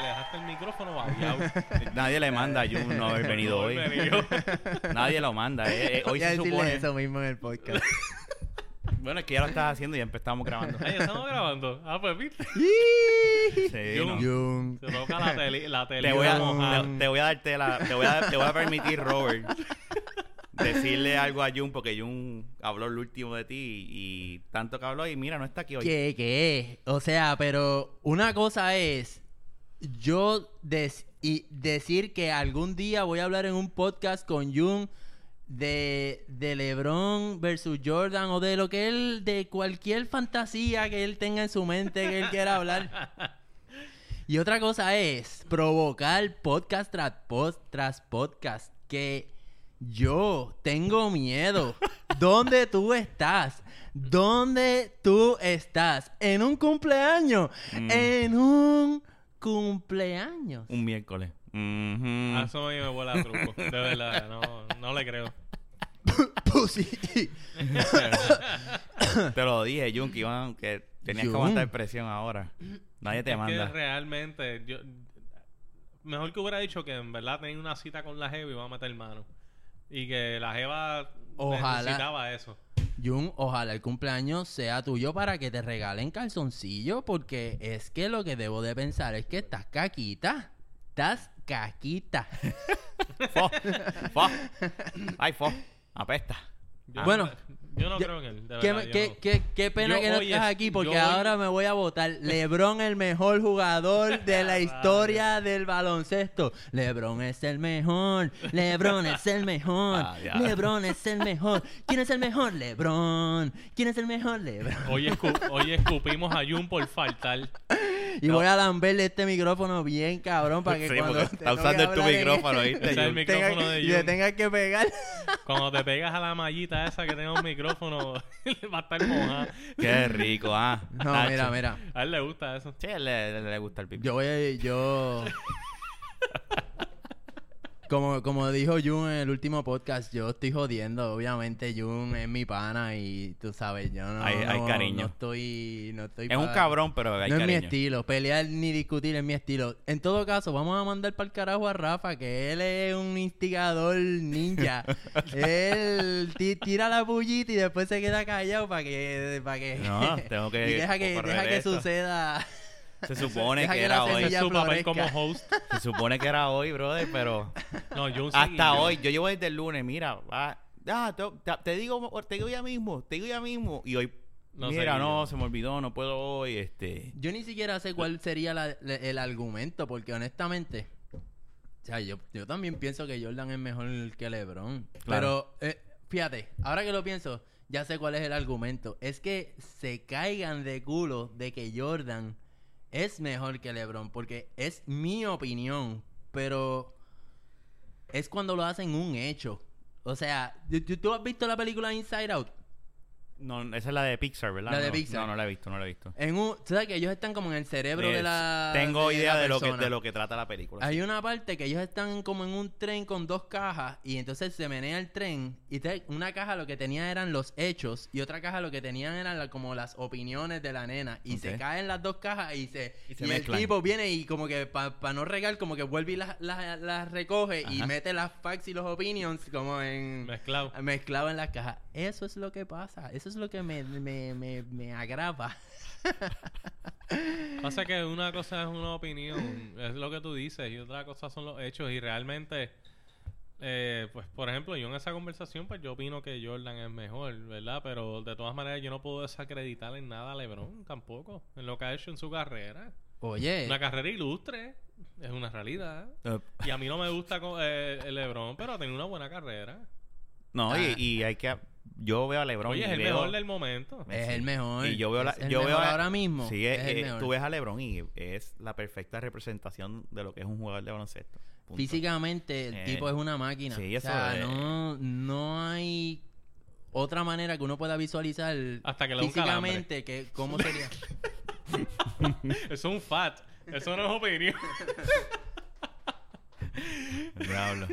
¿Eh? hasta el micrófono babiado. Nadie le manda a Jun no haber venido hoy. Nadie lo manda. eh, eh, hoy Voy a se decirle supone. eso mismo en el podcast. Bueno, es que ya lo estás haciendo y ya empezamos grabando. Ay, ya estamos grabando. Ah, pues viste. Sí, Jun. no. Jun. Se toca la tele. La tele Te voy, a, mojada. te, te voy a dar tela, te voy a, te voy a permitir, Robert, decirle algo a Jun, porque Jun habló el último de ti y, y tanto que habló y mira, no está aquí hoy. ¿Qué, qué? O sea, pero una cosa es yo des- y decir que algún día voy a hablar en un podcast con Jun de, de LeBron versus Jordan o de lo que él, de cualquier fantasía que él tenga en su mente que él quiera hablar. Y otra cosa es provocar podcast tras, pod- tras podcast que yo tengo miedo. ¿Dónde tú estás? ¿Dónde tú estás? En un cumpleaños. Mm. En un cumpleaños. Un miércoles. Ujú. Ah, Eso me huele a truco. De verdad, no, no le creo. Pues Pussy. Te lo dije, Jun, que, iban- que tenías Jun. que aguantar presión ahora. Nadie te Es que manda. realmente, yo, mejor que hubiera dicho que en verdad tenía una cita con la Jeva y vamos a meter mano. Y que la Jeva Ojalá. necesitaba eso. Jun, ojalá el cumpleaños sea tuyo para que te regalen calzoncillo, porque es que lo que debo de pensar es que estás caquita. Estás caquita. Fo. Fo. Ay, fo. Apesta. Yo Bueno, no- yo no yo- creo en él. De Qué, verdad, yo qué- no. qué- qué pena Yo que no hoy estás es- aquí, yo porque hoy- ahora me voy a votar. Lebron, el mejor jugador de la historia del baloncesto. Lebron es el mejor. Lebron es el mejor. Ah, ya. Lebron es el mejor. ¿Quién es el mejor? Lebron. ¿Quién es el mejor? Lebron. Hoy, escu- hoy escupimos a Jun por faltar. Y voy a lamberle este micrófono bien cabrón para que Sí, cuando porque te está toque usando tu hablar en micrófono, él, ¿viste? Ese es el Jun? micrófono tenga- de y le Jun. tengas que pegar. Cuando te pegas a la mallita esa que tiene un micrófono, va a estar mojada. Qué rico, ah. No, Nacho. mira, mira. A él le gusta eso. Sí, le, le, le gusta el pipi. Yo voy a... Yo... Como, como dijo Jun en el último podcast, yo estoy jodiendo. Obviamente Jun es mi pana y tú sabes, yo no, Hay- hay no- cariño. no estoy... No estoy es un pa- cabrón, pero hay ah, No es mi cariño. estilo, pelear ni discutir es mi estilo. En todo caso, vamos a mandar para el carajo a Rafa, que él es un instigador ninja. él ti- tira la bullita y después se queda callado para que, para que... No, tengo que y deja que, correr deja que esto. suceda. Se supone Deja que que era la hoy. Ese es semilla- Ella su papel como florezca. host. Se supone que era hoy, brother, pero No, Jun sí, hasta Jun- hoy. Yo llevo desde el lunes, mira, va. Ah, te, te- te digo, te digo ya mismo, te digo ya mismo. Y hoy, No mira, sé, no, yo- se me olvidó, no puedo hoy, este. Yo ni siquiera sé cuál sería la- la- el argumento, porque honestamente... O sea, yo, yo también pienso que Jordan es mejor que LeBron. Claro. Pero, eh, fíjate, ahora que lo pienso, ya sé cuál es el argumento. Es que se caigan de culo de que Jordan es mejor que LeBron, porque es mi opinión, pero es cuando lo hacen un hecho. O sea, ¿tú, tú- tú has visto la película Inside Out? No, esa es la de Pixar, ¿verdad? La de No, Pixar. No, no la he visto, no la he visto. En un, tú sabes que ellos están como en el cerebro de Es- la Tengo idea la de lo, que, persona. de lo que trata la película. Hay una parte que ellos están como en un tren con dos cajas y entonces se menea el tren y te- una caja lo que tenía eran los hechos y otra caja lo que tenían eran la- como las opiniones de la nena y Ok. se caen las dos cajas y se, Y se y el mezclan. tipo viene y como que para no regar como que vuelve y las las- las recoge y Ajá. mete las facts y los opinions como en Mezclado. mezclado en las cajas. Eso es lo que pasa, eso es lo que me, me, me, me agrava. Pasa que una cosa es una opinión, es lo que tú dices, y otra cosa son los hechos. Y realmente, eh, pues por ejemplo, yo en esa conversación, pues yo opino que Jordan es mejor, ¿verdad? Pero de todas maneras, yo no puedo desacreditar en nada a LeBron tampoco, en lo que ha hecho en su carrera. Oye, Una carrera ilustre, es una realidad. Eh, Y a mí no me gusta co- eh, el LeBron, pero ha tenido una buena carrera. no, Ah. y, y hay que. Yo veo a LeBron. Oye, y es el veo- mejor del momento. es Sí. el mejor. Y yo veo, la- es el yo veo mejor a- ahora mismo. Sí, es- es el eh, mejor. tú ves a LeBron y es la perfecta representación de lo que es un jugador de baloncesto. Punto. Físicamente el Eh, tipo es una máquina. sí, o eso sea, es. no, no hay otra manera que uno pueda visualizar Hasta que le dé un físicamente que cómo sería. Eso es un fat. Eso no es opinión. Diablo.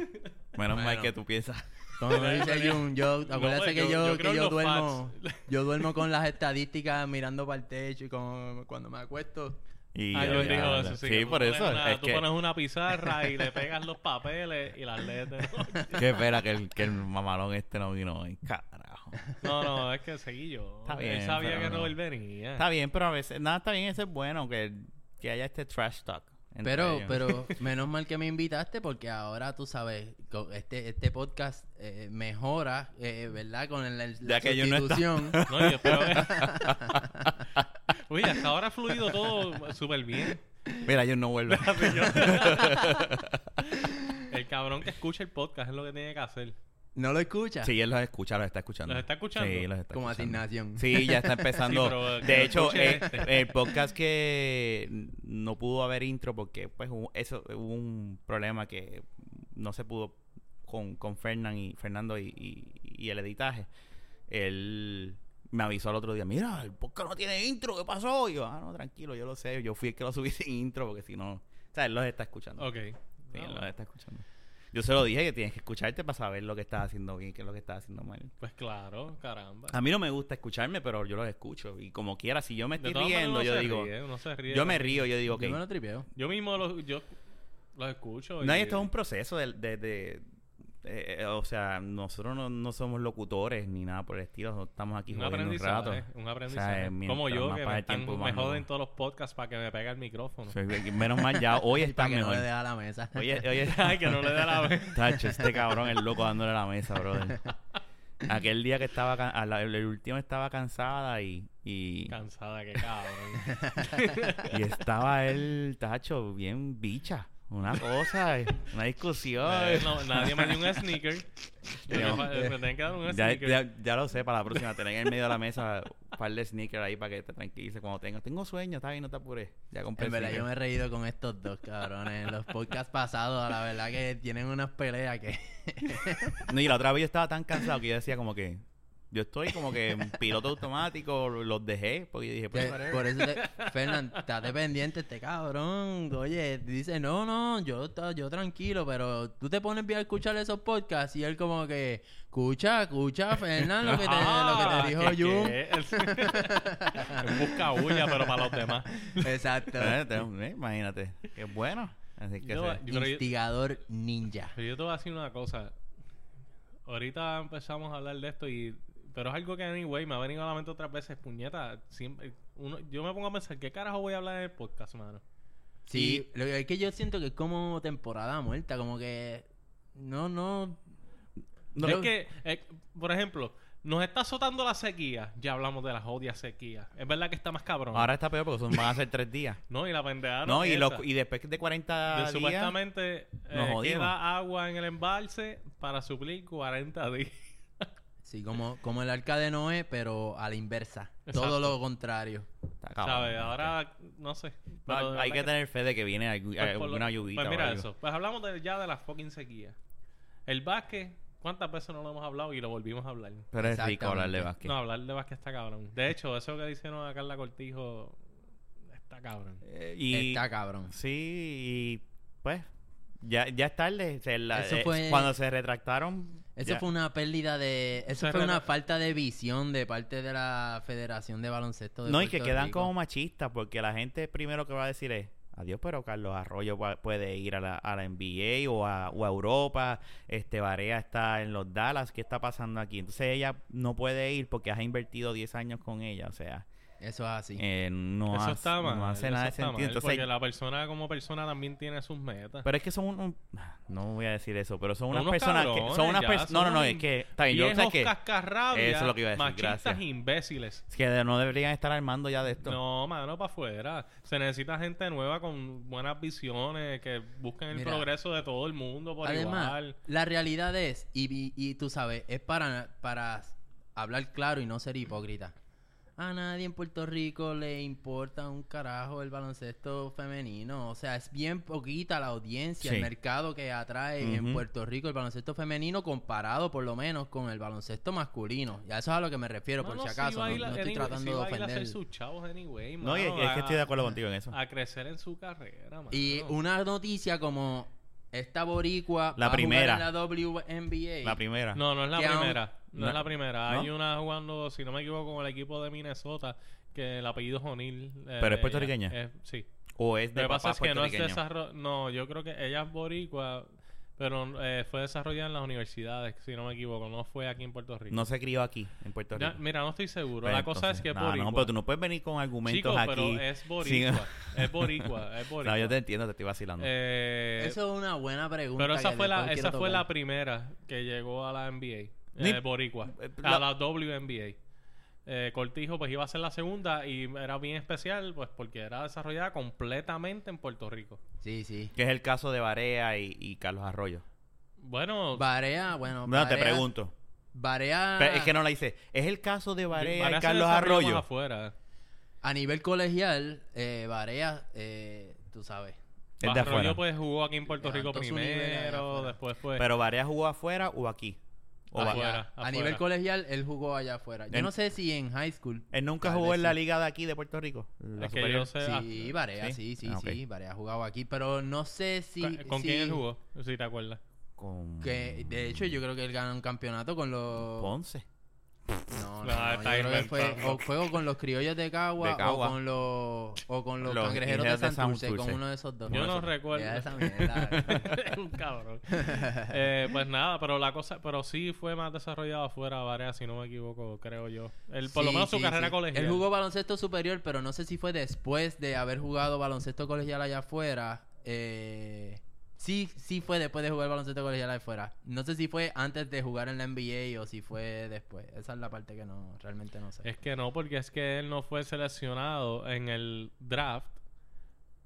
Menos mal Bueno. que tú piensas. Como me dice Jun, yo, acuérdate pues, yo- que yo yo, creo que en yo los duermo, yo duermo con las estadísticas mirando para el techo y con- cuando me acuesto, Y Ah, yo, John dijo "Diablo". eso, sí. Sí, que tú por pones eso. una- es tú que, pones una pizarra y le pegas los papeles y las letras. que espera que el, que el mamalón este no vino hoy. Carajo. No, no, es que seguí yo. Está Él bien, sabía pero que no. Robert venía. Está bien, pero a veces. Nada, está bien, eso es bueno que, que haya este trash talk. entre Pero, ellos. pero, menos mal que me invitaste porque ahora tú sabes, co- este, este podcast eh, mejora, eh, ¿verdad? Con la, la Ya que yo no estaba. sustitución. No, yo espero que... Uy, hasta ahora ha fluido todo súper bien. Mira, ellos no vuelven. El cabrón que escucha el podcast es lo que tiene que hacer. ¿No lo escuchas? Sí, él los escucha, los está escuchando. ¿Los está escuchando? Sí, los está Como escuchando. asignación. Sí, ya está Sí, empezando. pero que de lo hecho, escuche eh, el podcast que no pudo haber intro porque pues hubo, eso, hubo un problema que no se pudo con, con Fernan y, Fernando y, y- y el editaje. Él me avisó al otro día, mira, el podcast no tiene intro, ¿qué pasó? Y yo, ah, no, tranquilo, yo lo sé, yo fui el que lo subí sin intro porque si no... O sea, él los está escuchando. Ok. Sí, No, él los está escuchando. Yo se lo dije que tienes que escucharte para saber lo que estás haciendo bien y qué es lo que estás haciendo mal. Pues claro, caramba. A mí no me gusta escucharme, pero yo los escucho. Y como quiera, si yo me De estoy todas maneras, riendo, uno yo se digo. ríe, uno se ríe. Yo me río, yo digo, ok. Yo me lo tripeo. Yo mismo los, yo los escucho. No, y- y esto es un proceso de. de- de- eh, eh, o sea, nosotros no, no somos locutores ni nada por el estilo. no Estamos aquí un jodiendo un rato. aprendizaje, eh, un aprendizaje. O sea, Como mientras yo, más que pasa me, el están- tiempo, me más joden no. todos los podcasts para que me pegue el micrófono. Sí, Menos mal ya, hoy está Para que no mejor. le dé a la mesa. Oye, oye, Ay, que no le da la vez. Tacho, este cabrón es loco dándole a la mesa, brother. Aquel día que estaba, can- a la- el último estaba cansada y, y, Cansada, que cabrón. y estaba el tacho bien bicha. Una cosa, eh, una discusión. Eh, no, nadie me dio un sneaker. Me Teníamos- fa- me tienen que dar un Ya, sneaker. ya- ya lo sé, para la próxima, tener en el medio de la mesa un par de sneakers ahí para que te tranquilices cuando tengas. Tengo sueño, está bien, no te apures. Ya compré. En verdad, yo sneakers. me he reído con estos dos cabrones. En los podcasts pasados, la verdad que tienen unas peleas que. No, y la otra vez yo estaba tan cansado que yo decía como que. Yo estoy como que en piloto automático, los dejé, porque yo dije, pues, que whatever. por eso, te... Fernan, estate pendiente este cabrón. Oye, dice, no, no, yo, ta- yo tranquilo, pero tú te pones bien a escuchar esos podcasts. Y él, como que, escucha, escucha, Fernan, lo que te, Ah, lo que te que- dijo Jun. que es- Busca bulla, pero para los demás. Exacto. Eh, te- eh, imagínate. Qué bueno. Así que Yo- sí. yo creo que- Instigador ninja. pero yo te voy a decir una cosa. Ahorita empezamos a hablar de esto y... Pero es algo que, anyway, me ha venido a la mente otras veces. Puñeta, siempre... Uno, yo me pongo a pensar, ¿qué carajo voy a hablar en el podcast, mano? Sí, lo que es que yo siento que es como temporada muerta, como que no, no. es yo- que, eh, por ejemplo, nos está azotando la sequía. Ya hablamos de la jodida sequía. Es verdad que está más cabrón. Ahora está peor porque son, van a ser tres días. Ah, No, y la pendeja No, es y, los- esa. y después de De 40 días. supuestamente nos eh, jodimos. queda agua en el embalse para suplir 40 días. Sí, como, como el arca de Noé, pero a la inversa. Exacto. Todo lo contrario. está cabrón. ¿Sabes? Ahora, no sé. No, pero de hay que verdad tener fe de que viene algu- que- pues, por lo- alguna lluvita. Pues eh, o mira algo. eso. Pues hablamos de- ya de la fucking sequía. El básquet, ¿cuántas veces no lo hemos hablado y lo volvimos a hablar? Pero es rico hablar de Exactamente. básquet. No, hablar de básquet está cabrón. De hecho, eso que hicieron a Carla Cortijo está cabrón. Eh, y, Está cabrón. sí, y pues ya, ya es tarde. Se la- Eso eh, fue- cuando se retractaron. Eso ya. fue una pérdida de. Eso Se fue rela- una falta de visión de parte de la Federación de Baloncesto de No, y que Puerto quedan Rico. como machistas porque la gente primero que va a decir es. Adiós, pero Carlos Arroyo va- puede ir a la, a la NBA o a, o a Europa. Este Barea está en los Dallas. ¿Qué está pasando aquí? Entonces ella no puede ir porque has invertido 10 años con ella. O sea, Eso es así. eh, no, eso hace- está mal. no hace eso nada de está sentido. mal, Entonces, porque la persona como persona también tiene sus metas. Pero es que son un, un- no voy a decir eso, pero son unas unos personas que cabrones, son unas ya, personas son no no no unos es que está bien yo sé Viejos que cascarrabias, Eso es lo que iba a decir, machistas gracias. imbéciles. es que no deberían estar armando ya de esto. No, mano, para afuera. Se necesita gente nueva con buenas visiones, que busquen el Mira, progreso de todo el mundo por Además, igual. la realidad es, y, y- y tú sabes, es para, para hablar claro y no ser hipócrita. A nadie en Puerto Rico le importa un carajo el baloncesto femenino. O sea, es bien poquita la audiencia, Sí. el mercado que atrae Ujú. en Puerto Rico el baloncesto femenino comparado por lo menos con el baloncesto masculino. Y a eso es a lo que me refiero, por Mano, si sí acaso. va a no, ir no a- estoy anyway, sí tratando de va a ir a hacer ofender. sus chavos anyway, No, y, y mano, es que a- estoy de acuerdo contigo en eso. A crecer en su carrera, mano. Y una noticia como esta boricua La va a jugar primera. en la WNBA. La primera. No, no es la Que aún- primera. No, es No. la primera. ¿No? Hay una jugando, si no me equivoco, con el equipo de Minnesota, que el apellido es O'Neill. eh, Pero es de ella. puertorriqueña. Eh, sí. O es Lo de que pasa papá es que no es puertorriqueño. desarro- No, yo creo que ella es boricua, pero eh, fue desarrollada en las universidades, si no me equivoco. No fue aquí en Puerto Rico. No se crió aquí, en Puerto Ya, Rico. mira, no estoy seguro. Pues la cosa es entonces, que es no, boricua. No, pero tú no puedes venir con argumentos Chico, aquí. pero es sin- boricua. Es boricua, es boricua. Ah, no, yo te entiendo, te estoy vacilando. Eh, Eso es una buena pregunta. pero esa que fue la después esa quiero fue la tocar. primera que llegó a la NBA. Ni- eh, boricua. eh, A la- la WNBA. Eh, Cortijo pues iba a ser la segunda y era bien especial pues porque era desarrollada completamente en Puerto Rico. Sí, sí. que es el caso de Barea y, y Carlos Arroyo. Bueno, Barea, bueno. No, te Barea- Ah. pregunto. Barea. Pero es que no la hice. ¿Es el caso de Barea, Barea y se Carlos desarrolló más Arroyo? afuera. A nivel colegial, eh, Barea, eh, tú sabes. Es de afuera. Arroyo pues jugó aquí en Puerto Rico Levantó su nivel allá primero, afuera. después pues ¿Pero Barea jugó afuera o aquí? O Ah, va- afuera, Allá. afuera. A nivel colegial, él jugó allá afuera. Yo En- no sé si en high school. Eh, ¿Él nunca Tal jugó vez en la Ah, sí. liga de aquí, de Puerto Rico? La es que superior. yo sé, ah, Sí, Barea, ¿Sí? sí, sí, Ah, ok. sí. Barea ha jugado aquí, pero no sé si... ¿con, con si- quién él jugó? Si te acuerdas. Con Que, de hecho, yo creo que él gana un campeonato con los... Ponce. No, no, No, no, está yo creo que fue inventando. o juego con los criollos de Cagua, De Cagua. o con los o con los, Los cangrejeros de indios de Santurce, Santurce. con uno de esos dos. Yo Bueno, no eso- recuerdo. Ya, esa mierda. un cabrón. Eh, pues nada, pero la cosa, pero sí fue más desarrollado afuera Varea, si no me equivoco, creo yo. Él, por lo Sí, menos su sí, carrera sí. colegial. Él jugó baloncesto superior, pero no sé si fue después de haber jugado baloncesto colegial allá afuera. eh, sí, sí fue después de jugar baloncesto colegial allá afuera. No sé si fue antes de jugar en la NBA o si fue después. Esa es la parte que no, realmente no sé. Es que no, porque es que él no fue seleccionado en el draft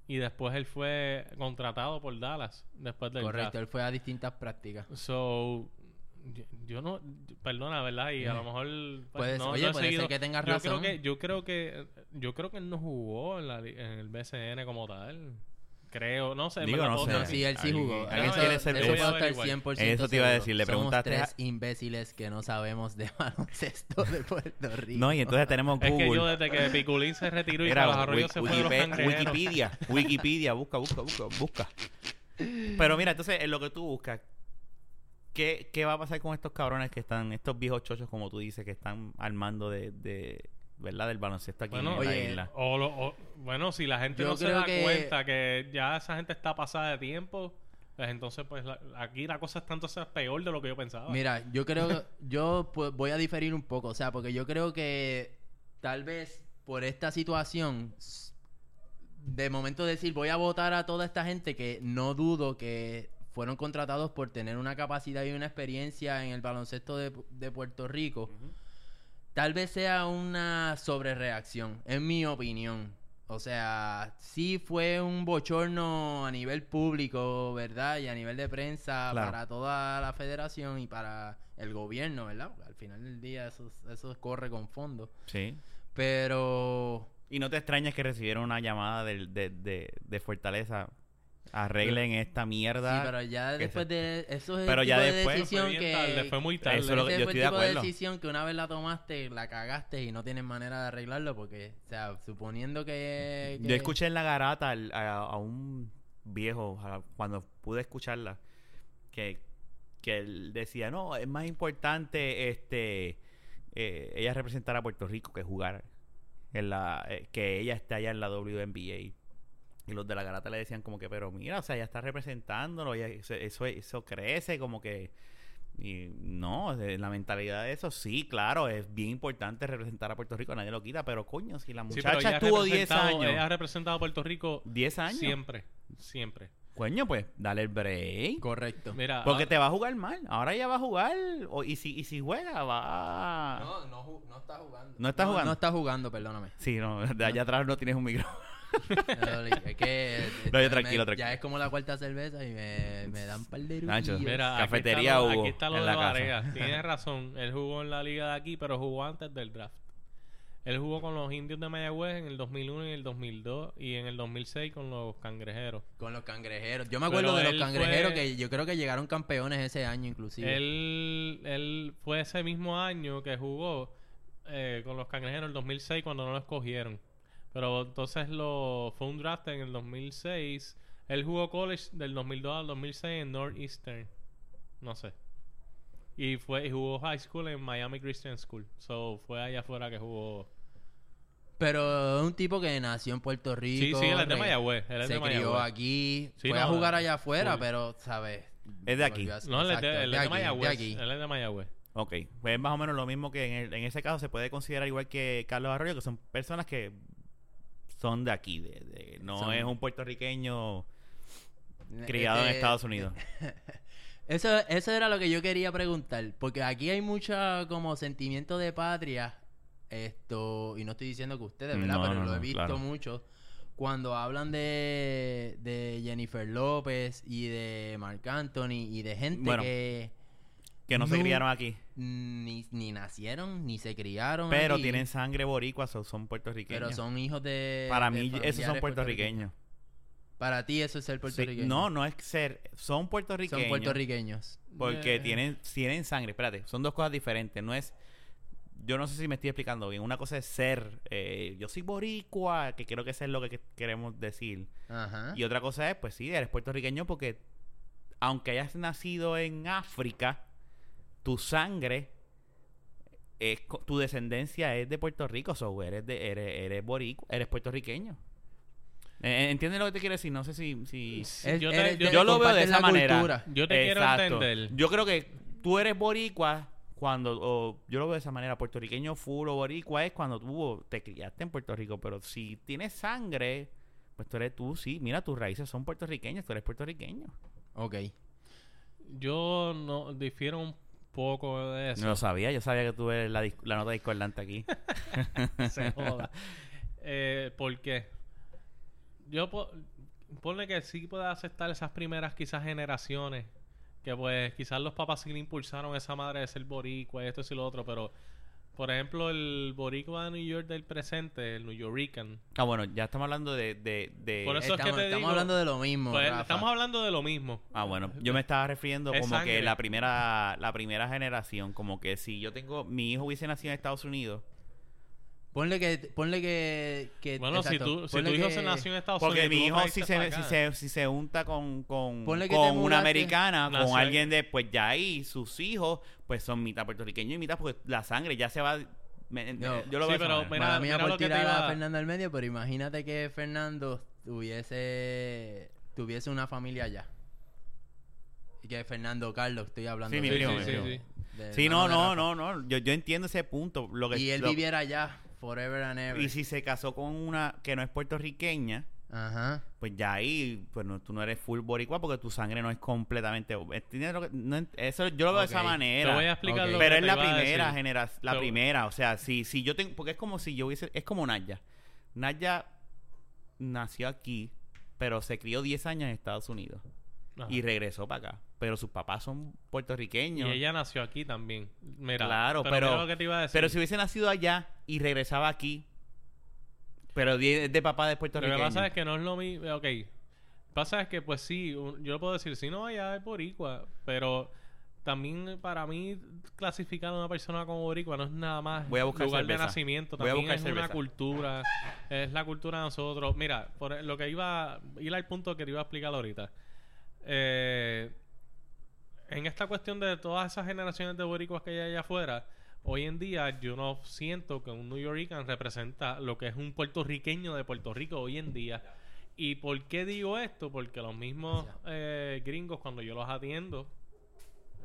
y después él fue contratado por Dallas después del Correcto, draft. él fue a distintas prácticas. So, yo- yo no, perdona, ¿verdad? Y a lo mejor pues, Eh, Puede ser- no, oye, no he puede ser seguido. que tengas yo creo razón. que, yo creo que yo creo que él no jugó en, la li- en el BCN como tal. Creo, no sé, en Digo, verdad no puedo sé. estar- No, sí, él sí ahí- jugó. ahí eso, quiere ser- eso eso- puedo estar Eso te 100% iba a decir, seguro. le preguntaste Somos a- tres imbéciles que no sabemos de baloncesto de Puerto Rico. No, y entonces tenemos Es Google. que yo desde que Piculín se retiró y Era Carlos Arroyo Wik- se fue de los Wikipe- cangrejeros. Wikipedia, Wikipedia, busca, busca, busca, busca. Pero mira, entonces, en lo que tú buscas, ¿qué, qué va a pasar con estos cabrones que están, estos viejos chochos, como tú dices, que están armando de, de ¿verdad?, del baloncesto aquí Bueno, en la oye, isla? O lo- o- bueno, si la gente Yo no se creo da que- cuenta que ya esa gente está pasada de tiempo, pues entonces pues la- aquí la cosa es tanto o sea, peor de lo que yo pensaba. Mira, yo creo, yo pues, voy a diferir un poco, o sea, porque yo creo que tal vez por esta situación, s- de momento decir, voy a votar a toda esta gente que no dudo que fueron contratados por tener una capacidad y una experiencia en el baloncesto de, de Puerto Rico, tal vez sea una sobrereacción, en mi opinión. O sea, sí fue un bochorno a nivel público, ¿verdad? Y a nivel de prensa Claro. para toda la federación y para el gobierno, ¿verdad? Porque al final del día eso, eso corre con fondo. Sí. Pero Y no te extrañas que recibieron una llamada del- de, de- de Fortaleza. Arreglen esta sí, mierda. pero ya que después se- de eso es el Pero tipo ya de después- Pero fue decisión bien que tarde, fue muy tarde. Eso es lo que- ese yo fue estoy el de tipo de acuerdo. decisión que una vez la tomaste, la cagaste y no tienes manera de arreglarlo porque, o sea, suponiendo Eh, que... Yo que- escuché en la garata al- a, a un viejo, a- cuando pude escucharla, que, que él decía, no, es más importante este eh, ella representar a Puerto Rico que jugar, en la, eh, que ella esté allá en la WNBA. Y los de la garata le decían como que, pero mira, o sea, ella está representándolo, ella- eso, eso, eso crece como que... Y no, de- la mentalidad de eso, sí, claro, es bien importante representar a Puerto Rico, nadie lo quita, pero coño, si la Sí, muchacha pero ella ha estuvo 10 representado- años... Ella ha representado a Puerto Rico 10 años. siempre, siempre. Coño, pues, dale el break. Correcto. Mira, Porque ah, te va a jugar mal. Ahora ya va a jugar. o- y, si, y si juega, va. a- No, no, ju- no está jugando. ¿No está jugando? No está jugando, perdóname. Sí, no, de allá atrás no tienes un micrófono. Me dolí. Es que. No, yo me- tranquilo, tranquilo. Ya es como la cuarta cerveza y me, me dan un par de Nacho, rubillos. mira, aquí Cafetería está lo- Hugo, aquí está lo en de la casa. Varea. Tienes razón. Él jugó en la liga de aquí, pero jugó antes del draft. Él jugó con los indios de Mayagüez en el 2001 y el 2002 y en el 2006 con los cangrejeros. Con los cangrejeros. Yo me acuerdo Pero de él los cangrejeros fue- que yo creo que llegaron campeones ese año, inclusive. Él, él fue ese mismo año que jugó eh, con los cangrejeros en el 2006 cuando no lo escogieron. Pero entonces lo, fue un draft en el 2006. Él jugó college del 2002 al 2006 en Northeastern. No sé. Y fue y jugó high school en Miami Christian School. So fue allá afuera que jugó Pero es un tipo que nació en Puerto Sí, Rico. sí, él es de reg- Mayagüez. Él es se de crió Mayagüez. aquí. Sí, fue a no, jugar no, allá afuera, full. pero, ¿sabes? Es de aquí. Volvió a- No, él es exacto, de, él es de aquí, Mayagüez. aquí. Él es de Mayagüez. Ok, pues es más o menos lo mismo que en, el- en ese caso se puede considerar igual que Carlos Arroyo, que son personas que son de aquí, de, de- no Son- es un puertorriqueño criado en Eh, Estados Unidos. Eso, eso era lo que yo quería preguntar, porque aquí hay mucha como sentimiento de patria, esto, y no estoy diciendo que ustedes, ¿verdad? No, Pero no, lo he no, visto claro. mucho. Cuando hablan de, de Jennifer López y de Marc Anthony y de gente Bueno. que Que no se No. criaron aquí, ni, ni nacieron ni se criaron. pero aquí, tienen sangre boricua, so- son puertorriqueños. Pero son hijos de. Para de mí, esos son familiares puertorriqueños. Para ti, eso es ser Sí, puertorriqueño. No, no es ser, son puertorriqueños. son puertorriqueños. Porque Eh. tienen, tienen sangre, espérate, son dos cosas diferentes, no es... Yo no sé si me estoy explicando bien. Una cosa es ser, eh, yo soy boricua, que creo que eso es lo que que queremos decir. Ajá. Y otra cosa es, pues sí, eres puertorriqueño porque aunque hayas nacido en África, tu sangre, es, co- tu descendencia es de Puerto Rico, so eres, de, eres, eres boricua, eres puertorriqueño. Eh, eh, ¿Entiendes lo que te quiero decir? No sé si... si... Es- yo te- eres yo- Yo lo veo de compartes esa la manera. cultura. Yo te quiero entender. Yo creo que tú eres boricua cuando... o yo lo veo de esa manera. Puertorriqueño full o boricua es cuando tú oh, te criaste en Puerto Rico. Pero si tienes sangre, pues tú eres tú, sí. Mira, tus raíces son puertorriqueñas. Tú eres puertorriqueño. Ok. Yo no difiero un poco de eso. No lo sabía. Yo sabía que tú eres la, dis- la nota discordante aquí. se joda. Eh, ¿Por qué? Yo po- ponle que sí pueda aceptar esas primeras quizás generaciones que pues quizás los papás sí le impulsaron a esa madre de ser boricua y esto y lo otro, pero por ejemplo el boricua de New York del presente, el New Yorican, Ah, bueno. Ya estamos hablando de... de, de- Por eso- es que estamos te estamos digo- hablando de lo mismo. pues, Rafa. estamos hablando de lo mismo. Ah, bueno. Yo me estaba refiriendo Es como que sangre. la primera, la primera generación. Como que si yo tengo... Mi hijo hubiese nacido en Estados Unidos... Ponle que. Ponle que. que- Bueno, si, Eh, exacto, tú, si ponle tu hijo que- se nació en Estados Porque mi Unidos... tú lo hijo si trajiste se, para si, acá. se, si se junta con, con, Ponle que con te mudaste. una americana, Nació con ahí. alguien de, pues ya ahí, sus hijos, pues son mitad puertorriqueños y mitad, pues la sangre ya se va... me- No. Yo lo Sí, veo de esa pero manera. mira- Mala mía mira por lo que te tirar a iba- Fernando al medio, pero imagínate que Fernando tuviese. Tuviese una familia allá. Y que Fernando Carlos, estoy hablando Sí, mi Sí, primo, sí, mi sí, primo. sí. del Sí, no, hermano de no, Rafa. no, no, yo, yo entiendo ese punto. Lo que, Y él lo- viviera allá, forever and ever. y si se casó con una que no es puertorriqueña, Ajá. pues ya ahí, pues no, tú no eres full boricua porque tu sangre no es completamente... ¿entiendes lo que- no ent- eso yo lo veo de esa Ok. Te manera. voy a explicar Ok. lo Pero que es te la iba a primera decir. generación, la So- primera, o sea, si, si yo tengo, porque es como si yo hubiese, es como Naya. Naya nació aquí, pero se crió 10 años en Estados Unidos Ajá. y regresó para acá, pero sus papás son Y puertorriqueños. ella nació aquí también. Mira, Claro, pero, pero- mira lo que te iba a decir. Pero si hubiese nacido allá y regresaba aquí, pero de, de papá de Lo que puertorriqueño. pasa es que no es lo mismo. Ok. Pasa es que, pues sí, un- yo puedo decir, si no, allá es boricua. Pero también para mí, clasificar a una persona como boricua no es nada más Voy a buscar lugar cerveza. de nacimiento. Voy a También buscar es una cerveza. cultura. Es la cultura de nosotros. Mira, por lo que iba. Ir al punto que te iba a explicar ahorita. Eh, en esta cuestión de todas esas generaciones de boricuas que hay allá afuera, hoy en día yo no siento que un New Yorican representa lo que es un puertorriqueño de Puerto Rico hoy en día. ¿Y por qué digo esto? Porque los mismos eh, gringos, cuando yo los atiendo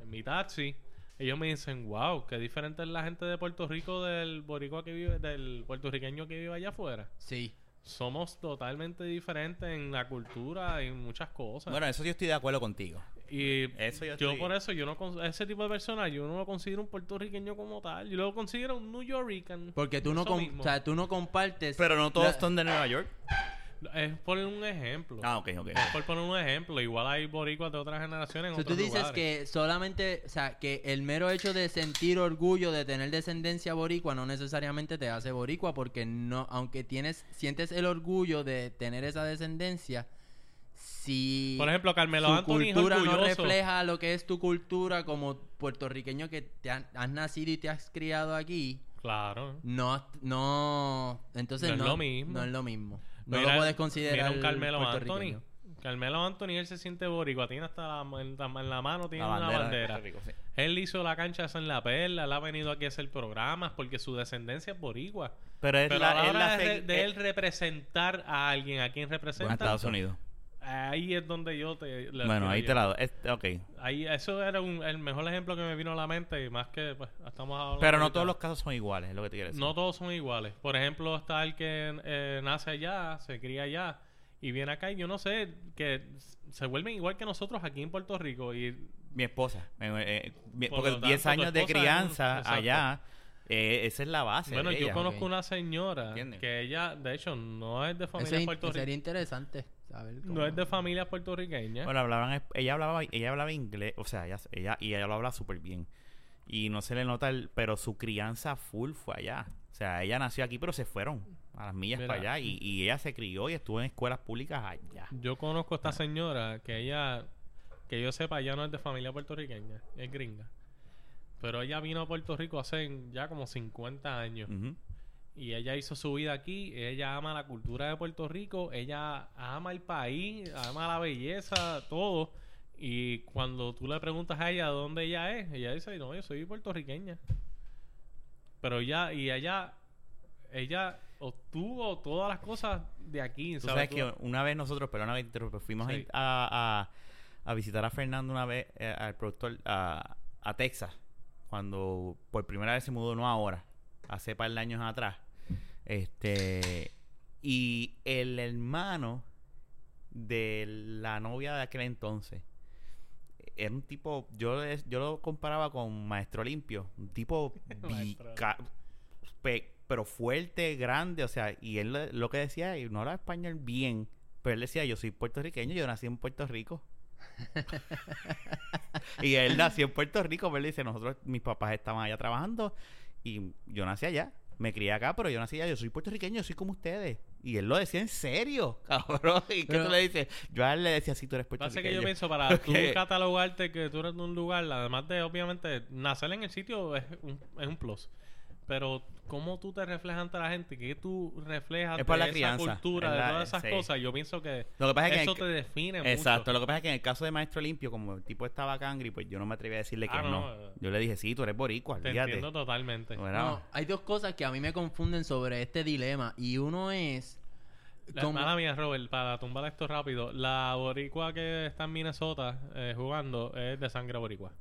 en mi taxi, ellos me dicen, wow, qué diferente es la gente de Puerto Rico del boricua que vive, del puertorriqueño que vive allá afuera. Sí. Somos totalmente diferentes en la cultura y en muchas cosas. Bueno, eso yo estoy de acuerdo contigo. Y Eso yo yo, estoy- por eso, yo no con- ese tipo de personas, yo no lo considero un puertorriqueño como tal. Yo lo considero un New Yorican. Porque tú no, Eso com- mismo. o sea, tú no compartes. Pero no todos la- son de Nueva York. Es por un ejemplo. Ah, ok, ok. Es por poner un ejemplo. Igual hay boricuas de otras generaciones en O sea, tú otros dices lugares. que solamente, o sea, que el mero hecho de sentir orgullo de tener descendencia boricua no necesariamente te hace boricua porque no, aunque tienes, sientes el orgullo de tener esa descendencia, si Por ejemplo, Carmelo su Anthony es cultura no orgulloso. refleja lo que es tu cultura como puertorriqueño que te han- has nacido y te has criado aquí, Claro. no, no, entonces No no, es lo mismo. no es lo mismo. No Mira- lo puedes mira considerar un Carmelo puertorriqueño. Anthony. Carmelo Anthony, él se siente boricua. Tiene hasta la, en, la- en la mano tiene una de bandera. Puerto Rico, sí. Él hizo la cancha esa en la perla. Él ha venido aquí a hacer programas porque su descendencia es boricua. Pero es Pero la, a la es la hora de, seg- re- de es- él representar a alguien, a quien Bueno, representa, Estados Unidos. ahí es donde yo te... le- Bueno, quiero ahí te llegar. la doy. Este, ok. Ahí, eso era un- el mejor ejemplo que me vino a la mente y más que pues, estamos hablando... Pero no ahorita. todos los casos son iguales, es lo que te quiero decir. No todos son iguales. Por ejemplo, está el que eh, nace allá, se cría allá y viene acá y yo no sé, que s- se vuelven igual que nosotros aquí en Puerto Rico y Mi esposa. eh, eh, mi- Por porque lo tanto, 10 tu años de esposa es un- crianza Exacto. allá, eh, esa es la base. bueno, de yo ella. conozco ok. una señora Entiende. que ella, de hecho, no es de Eso familia in- puertorriqueña. sería interesante saber cómo- No es de familia puertorriqueña. Bueno, hablaban, es- ella hablaba, ella hablaba inglés, o sea, ella, ella- y ella lo habla súper bien. Y no se le nota, el, pero su crianza full fue allá. O sea, ella nació aquí, pero se fueron a las millas Mira. para allá. Y, y ella se crió y estuvo en escuelas públicas allá. Yo conozco a esta señora que ella, que yo sepa, ella no es de familia puertorriqueña, es gringa. Pero ella vino a Puerto Rico hace ya como 50 años. Ujú. Y ella hizo su vida aquí, ella ama la cultura de Puerto Rico, ella ama el país, ama la belleza, todo. Y cuando tú le preguntas a ella dónde ella es, ella dice, no, yo soy puertorriqueña. Pero ella, y ella, ella obtuvo todas las cosas de aquí. Tú sabes Tú- que una vez nosotros, pero una vez te interrumpo, fuimos Sí. a, a- a visitar a Fernando una vez, eh, al productor, a, a Texas, cuando por primera vez se mudó, no ahora, hace par de años atrás. Este, y el hermano de la novia de aquel entonces era un tipo, yo, le- yo lo comparaba con Maestro Limpio, un tipo bi- Maestro. ca- pe- pero fuerte, grande, o sea, y él le- lo que decía, y no hablaba español bien, pero él decía, yo soy puertorriqueño, yo nací en Puerto Rico. y él nació en Puerto Rico, pero él dice, nosotros, mis papás estaban allá trabajando y yo nací allá. Me crié acá, pero yo nací allá, yo soy puertorriqueño, yo soy como ustedes. Y él lo decía en serio, cabrón. ¿Y qué Pero- tú le dices? Yo a él le decía, sí, tú eres Pasa puertorriqueño. que yo pienso, para Ok. tú catalogarte que tú eres de un lugar, además de, obviamente, nacer en el sitio es un, es un plus. Pero, ¿cómo tú te reflejas ante la gente? ¿Qué tú reflejas Es por de la esa crianza, cultura, es la- de todas esas sí. cosas? Yo pienso que, Lo que pasa es que en eso el- te define Exacto, mucho. lo que pasa es que en el caso de Maestro Limpio, como el tipo estaba cangri, pues yo no me atreví a decirle que Ah, no. no. Yo le dije, sí, tú eres boricua, Te olvídate. entiendo totalmente. No era- No, hay dos cosas que a mí me confunden sobre este dilema. Y uno es. La como- mala mía, Robert, para tumbar esto rápido, la boricua que está en Minnesota eh, jugando es de sangre boricua.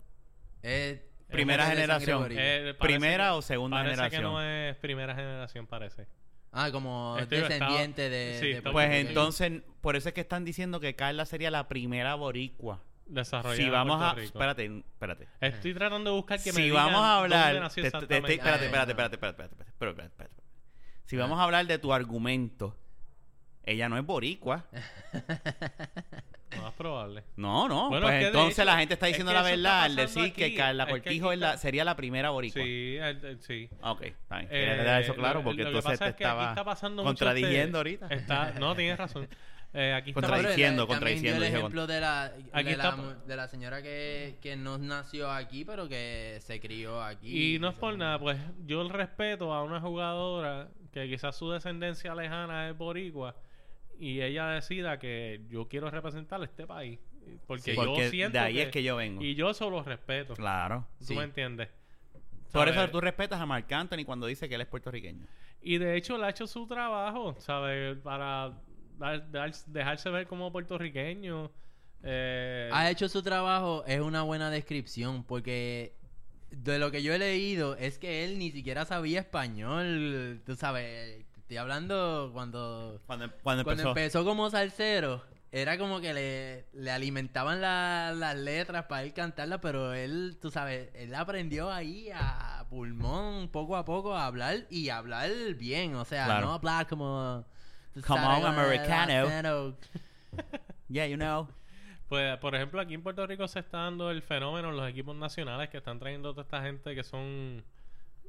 eh, Primera de sangre generación. boricua. Eh, parece ¿Primera que- o segunda parece generación? que no es primera generación, parece. ah, como Este yo estaba- descendiente de. Sí, de estaba- Pues puertorriqueño. entonces, por eso es que están diciendo que Carla sería la primera boricua. Desarrollada Si en vamos a... Puerto Rico. Espérate, espérate. Estoy tratando de buscar que me si digan vamos a dónde hablar... nació te- te- te- exactamente. Ah. espérate, espérate, Ah, no. espérate, espérate, espérate, espérate, pero espérate, espérate, espérate. Si vamos a hablar de tu argumento, ella no es boricua. Lo más probable. No, no. Bueno, pues es que de entonces hecho- la gente está es diciendo que la eso está verdad al pasando decir que aquí. Carla Es que Cortijo aquí es la- está- sería la primera boricua. Sí, el- el- sí. Ah, Ok, está bien. Eh, Quería dejar eso claro lo- porque lo que entonces pasa te es que aquí estaba está pasando mucho contradiciendo este- ahorita. está- no, tienes razón. Eh, aquí está Pero él, pasando- contradiciendo, él también dio contradiciendo, el dije, ejemplo de la, Aquí de, la, está- mu- de la señora que, que no nació aquí, pero que se crió aquí. Y no es por nada, pues yo el respeto a una jugadora que quizás su descendencia lejana es boricua y ella decida que yo quiero representar a este país. Porque Sí, yo porque siento de ahí es que yo vengo. Y yo eso lo respeto. Claro. ¿Tú Sí. me entiendes? Por eso ¿Sabes? tú respetas a Marc Anthony cuando dice que él es puertorriqueño. Y de hecho, él ha hecho su trabajo, ¿sabes? Para dar- dar- dejarse ver como puertorriqueño. Eh, Ah, Ha hecho su trabajo, es una buena descripción, porque de lo que yo he leído es que él ni siquiera sabía español. Tú sabes, estoy hablando cuando, Cuando, cuando cuando empezó. empezó como salsero. Era como que le, le alimentaban la- las letras para él cantarlas, pero él, tú sabes, él aprendió ahí a pulmón, poco a poco, a hablar y a hablar bien. O sea, Claro. no hablar como... tú Come sabes, on, con el americano. acento. Yeah, you know. Pues, por ejemplo, aquí en Puerto Rico se está dando el fenómeno en los equipos nacionales que están trayendo toda esta gente que son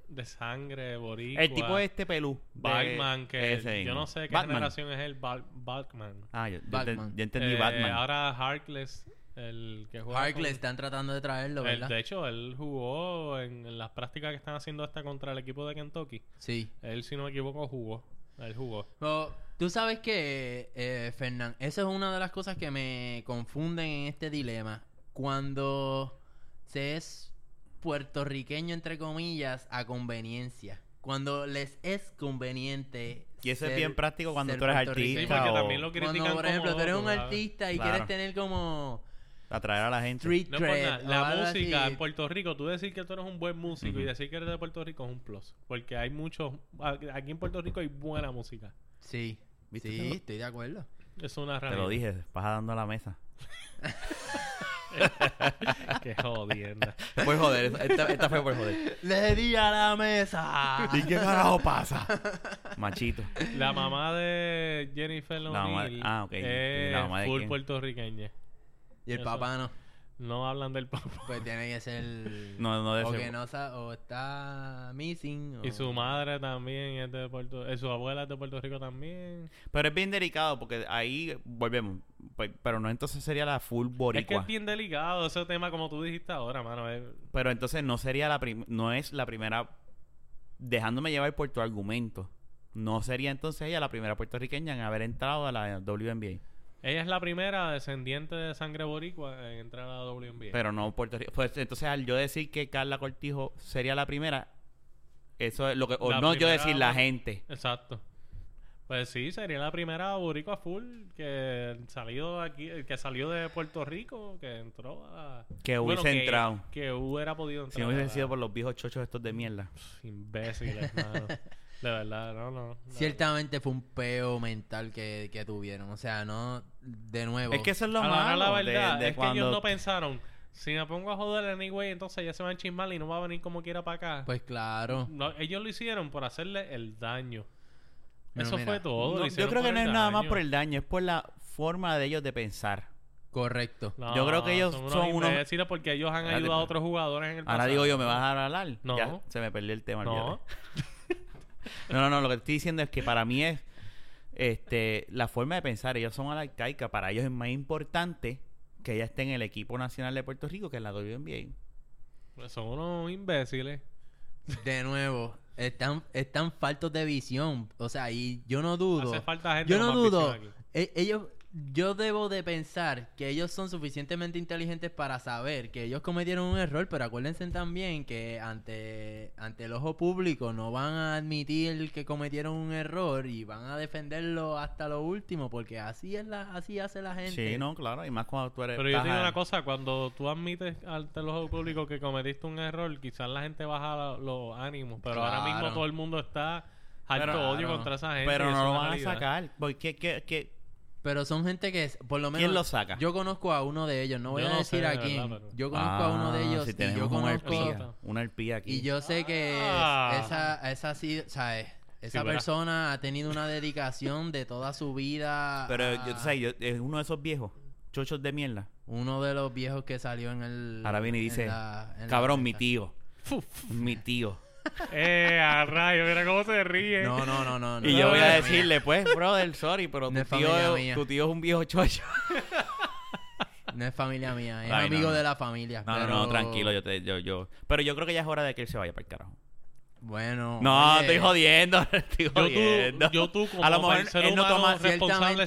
de sangre, boricua. El tipo este pelú. de- Batman, que ese yo mismo. no sé qué Batman. generación es el Bal- Batman. Ah, yo, yo Batman. enten- yo entendí Eh, Batman. Ahora Harkless, el que juega. Harkless con- están tratando de traerlo, él- ¿verdad? de hecho, él jugó en, en las prácticas que están haciendo hasta contra el equipo de Kentucky. Sí. Él, si no me equivoco, jugó. Él jugó. Pero, Tú sabes que, eh, Fernán, esa es una de las cosas que me confunden en este dilema. Cuando se es puertorriqueño, entre comillas, a conveniencia. Cuando les es conveniente. Y eso es ser- bien práctico cuando ser tú eres puertorriqueño. Sí, artista porque o también Pues lo critican Cuando, por como ejemplo, tú eres un loco, ¿sabes? artista y Claro. quieres tener como atraer a la gente. street No es por nada. cred. o La algo música así. en Puerto Rico, tú decir que tú eres un buen músico y Ujú. decir que eres de Puerto Rico es un plus. Porque hay muchos. Aquí en Puerto Rico hay buena música. Sí, ¿Viste que sí, no? estoy de acuerdo. Es una Te realidad. lo dije, vas dando a la mesa. Qué jodienda. Por joder, esta, esta fue por joder. Le di a la mesa. ¿Y qué carajo pasa? Machito. La mamá de Jennifer La mamá- O'Neill ah, ok. es ¿La mamá de full quién? puertorriqueña. Y el Eso. papá no. No hablan del papá. Pues tiene que ser. No, no de o que seguro. no sa- o está missing. Y o- su madre también es de Puerto eh, su abuela es de Puerto Rico también. Pero es bien delicado porque ahí volvemos. Pe- Pero no entonces sería la full Es que boricua. es bien delicado ese tema, como tú dijiste ahora, mano. es- Pero entonces no sería la prim- no es la primera dejándome llevar por tu argumento. No sería entonces ella la primera puertorriqueña en haber entrado a la WNBA. Ella es la primera descendiente de sangre boricua en entrar a la WNBA. Pero no Puerto Rico. Pues entonces al yo decir que Carla Cortijo sería la primera, eso es lo que o La no yo primera- decir la gente. Exacto. Pues sí, sería la primera boricua full que salido de aquí, que salió de Puerto Rico, que entró a Que Bueno, hubiese entrado. Que hubiera podido entrar. Si no hubiesen a- sido por los viejos chochos estos de mierda. Pff, imbéciles, mano. De verdad, no, no. no. Ciertamente fue un peo mental que, que tuvieron. O sea, no. De nuevo. Es que eso es lo A Ah, la, a malo la de- verdad, de es que ellos no pensaron, si me pongo a joder anyway, entonces ya se van a chismar y no va a venir como quiera para acá. Pues claro. No, ellos lo hicieron por hacerle el daño. Pero Eso mira, fue todo. No, lo yo hicieron creo que por no es el nada más daño. por el daño, es por la forma de ellos de pensar. Correcto. No, yo creo que ellos son unos- imbéciles porque ellos han Espérate, ayudado a pero- otros jugadores en el Ahora pasado. digo yo, ¿me vas a dar hablar? No. Ya, se me perdió el tema. No. olvídate. No, no, no, lo que estoy diciendo es que para mí es este, la forma de pensar. Ellos son a la arcaica. Para ellos es más importante que ella esté en el equipo nacional de Puerto Rico que en la WNBA. pues Son unos imbéciles. De nuevo. Están, están faltos de visión. O sea, y yo no dudo. Hace falta gente Yo con no más dudo. visión aquí. e- ellos, yo debo de pensar que ellos son suficientemente inteligentes para saber que ellos cometieron un error, pero acuérdense también que ante, ante el ojo público no van a admitir que cometieron un error y van a defenderlo hasta lo último, porque así es la, así hace la gente. Sí, no, claro. Y más cuando tú eres... Pero yo te digo estás una a- cosa, cuando tú admites ante los ojos públicos que cometiste un error, quizás la gente baja la- los ánimos, pero ahora mismo Claro. todo el mundo está harto Pero- odio claro. contra esa gente. y Pero eso no lo es la van a realidad. sacar. Porque, que, que, Pero son gente que, es- por lo menos, ¿Quién lo saca? yo conozco a uno de ellos, no voy Yo a no sé, decir a de quién. verdad, pero- Yo conozco a uno Ah, de ellos si y yo tenemos una conozco... arpía. arpía. Una arpía aquí. Y yo sé que Ah. esa, esa sí, ¿sabes? Esa ¿verdad? persona ha tenido una dedicación de toda su vida. Pero a yo, tú sabes, yo, es uno de esos viejos chochos de mierda. Uno de los viejos que salió en el. Ahora viene y en dice, la- en la Cabrón, mi prensa". tío. Mi tío. Eh, a rayo, mira cómo se ríe. No, no, no, no. no. Y yo voy a Mira, decirle, pues, brother, sorry, pero No tu es familia tío, mía. tu tío es un viejo chocho. No es familia mía, es Ay, no, amigo no. de la familia. No, pero- no, no, tranquilo, yo te, yo, yo. Pero yo creo que ya es hora de que él se vaya para el carajo. Bueno. No, oye, estoy jodiendo, estoy Yo jodiendo. tú, yo tú como a lo mejor el ser él no humano toma- responsable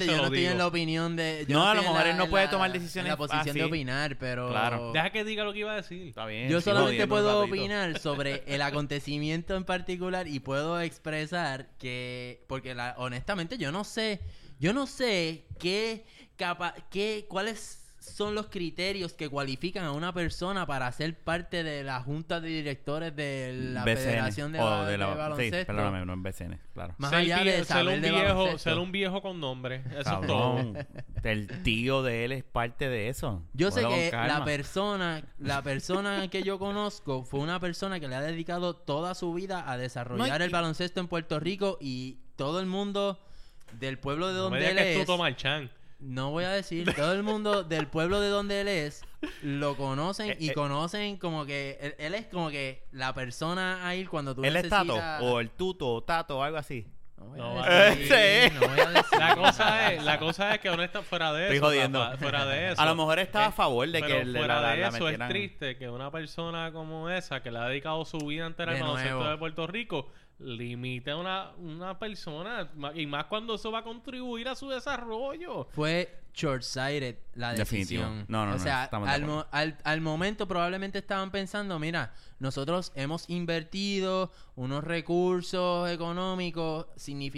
Ciertamente se yo lo no estoy digo. en la opinión de. yo No, a estoy lo en mejor la- él no en puede la- tomar En decisiones la posición de así. opinar, pero. Claro. Deja que diga lo que iba a decir. Está bien, Yo estoy solamente jodiendo un puedo ratito. opinar sobre el acontecimiento en particular y puedo expresar que, porque la- honestamente yo no sé, yo no sé qué, capa, qué, cuáles son los criterios que cualifican a una persona para ser parte de la junta de directores de la BCN, Federación de, o Ba- de de la- Sí, Baloncesto. perdóname, no en BCN, claro. más Ser allá vie- de ser saber un de viejo, baloncesto. ser un viejo con nombre, eso es todo. Cabrón, el tío de él es parte de eso. Yo sé Cógelo con que calma. la persona, la persona que yo conozco fue una persona que le ha dedicado toda su vida a desarrollar No, y- el baloncesto en Puerto Rico y todo el mundo del pueblo de No me donde él digas que es es, tú toma el chan. no voy a decir, todo el mundo del pueblo de donde él es lo conocen Eh, y eh. conocen como que él, él es como que la persona a ir cuando tú Él es Tato, necesitas- o el Tuto, o Tato, o algo así. No No voy va a a decir, ser. no voy a decir La cosa nada. es, la cosa es que honesta fuera de eso. Estoy jodiendo. Rafa, Fuera de eso. Eh, A lo mejor estaba a favor de pero que le- fuera la, la, de la eso es metieran. triste que una persona como esa que le ha dedicado su vida entera al De baloncesto nuevo. de Puerto Rico limita a una, una persona ma- y más cuando eso va a contribuir a su desarrollo. Fue short-sighted la Definitivo. decisión. No, no, o no, sea, estamos de al, acuerdo. mo- al- al momento probablemente estaban pensando, mira, nosotros hemos invertido unos recursos económicos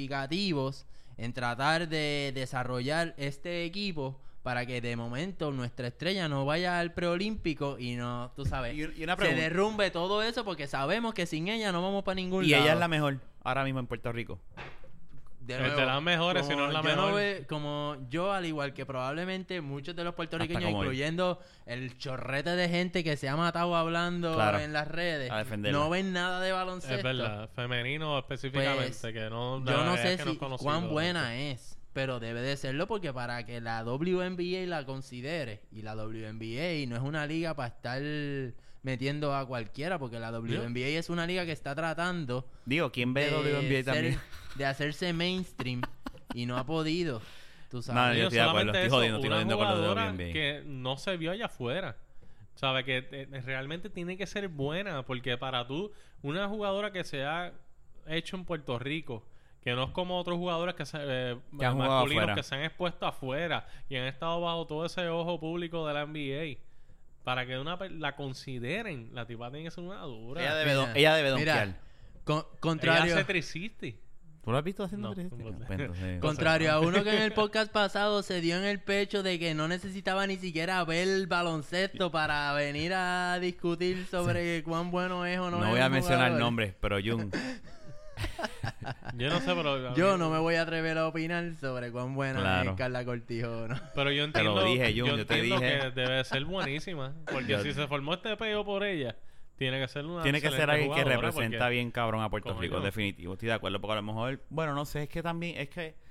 significativos en tratar de desarrollar este equipo para que de momento nuestra estrella no vaya al preolímpico y no, tú sabes, Y- y una se pregunta. derrumbe todo eso porque sabemos que sin ella no vamos para ningún Y lado. ella es la mejor ahora mismo en Puerto Rico. De Es de nuevo, las mejores, si como no es la yo mejor. ve- como yo, al igual que probablemente muchos de los puertorriqueños, Hasta como yo. incluyendo el chorrete de gente que se ha matado hablando Claro. en las redes, A defenderla. no ven nada de baloncesto. Es verdad, femenino específicamente, Pues, que no... la Yo no verdad sé es que no si es conocido. cuán buena es, pero debe de serlo porque para que la WNBA la considere, y la WNBA no es una liga para estar metiendo a cualquiera, porque la WNBA es una liga que está tratando Digo, ¿quién ve de, WNBA Eh, ser- también? de hacerse mainstream y no ha podido. Tú sabes. No, yo estoy de acuerdo, pues, solamente estoy eso, jodiendo, estoy una jodiendo con lo de jugadora WNBA. que no se vio allá afuera. Sabe que eh, realmente tiene que ser buena porque para tú una jugadora que se ha hecho en Puerto Rico que no es como otros jugadores que se, eh, Que han jugado masculinos afuera. que se han expuesto afuera y han estado bajo todo ese ojo público de la NBA para que una per- la consideren la tipa tiene que ser una dura Ella ella, debe, Mira, don- ella debe mira, donkear. con- contrario, hace tricity ¿Tú lo has visto haciendo No, tres? no sé. Pues entonces- contrario a uno que en el podcast pasado se dio en el pecho de que no necesitaba ni siquiera ver el baloncesto para venir a discutir sobre cuán bueno es o no no es voy a un mencionar jugador. nombres, pero Jun, yo no sé pero Yo no me voy a atrever a opinar sobre cuán buena Claro. es Carla Cortijo o no. Pero yo Te lo entiendo, dije, Jun, yo te entiendo dije. que debe ser buenísima. Porque Yo- si se formó este peo por ella, tiene que ser una. tiene que ser excelente alguien que jugadora, representa porque- bien cabrón a Puerto Coño. Rico, definitivo. Estoy de acuerdo, porque a lo mejor, bueno, no sé, es que también, es que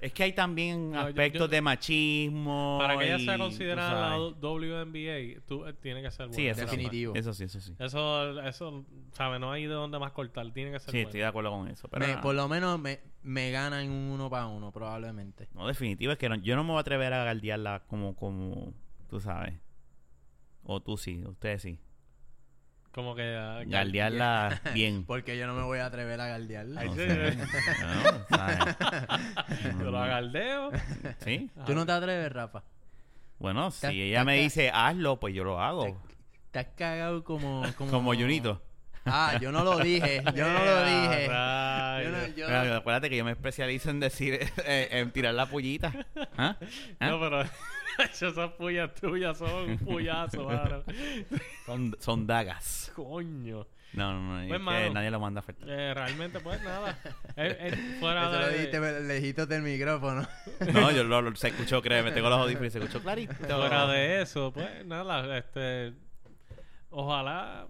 es que hay también No, yo- aspectos yo- de machismo. Para que ella y, sea tú considerada la sabes. WNBA, tú, eh, tiene que ser buena. Sí, eso Definitivo. Sí, eso sí, eso sí. Eso, eso, ¿sabes? No hay de dónde más cortar. Tiene que ser Sí, buena. estoy de acuerdo con eso. Pero Me- nada. por lo menos me, me ganan un uno para uno, probablemente. No, definitivo, es que no- yo no me voy a atrever a galdearla como, como, tú sabes. O tú sí, ustedes sí. Como que. ah, Galdearla bien. Porque yo no me voy a atrever a galdearla. Ay, No sí. sé, no, ¿sabes? Yo lo agaldeo. Sí. ¿Tú no te atreves, Rafa? Bueno, Ta- si ella ta- me ta- dice hazlo, pues yo lo hago. Te has cagado como... Como, Como Junito. Ah, yo no lo dije. Yo no lo dije. Ay, Yo no, Dios. yo Mira, no- mira, acuérdate que yo me especializo en decir, eh, en tirar la pullita. ¿Ah? ¿Ah? No, pero. Esas pullas tuyas son un puyazo, mano. Son, son dagas. Coño. No, no, no. es Pues, que mano. nadie lo manda a ofertar. Eh, realmente, pues nada. Eh, eh, fuera Eso lo de- dijiste pero lejitos del micrófono. No, yo lo, lo- se escuchó, créeme, tengo los audífonos y se escuchó clarito. Fuera de eso, pues nada, este. Ojalá.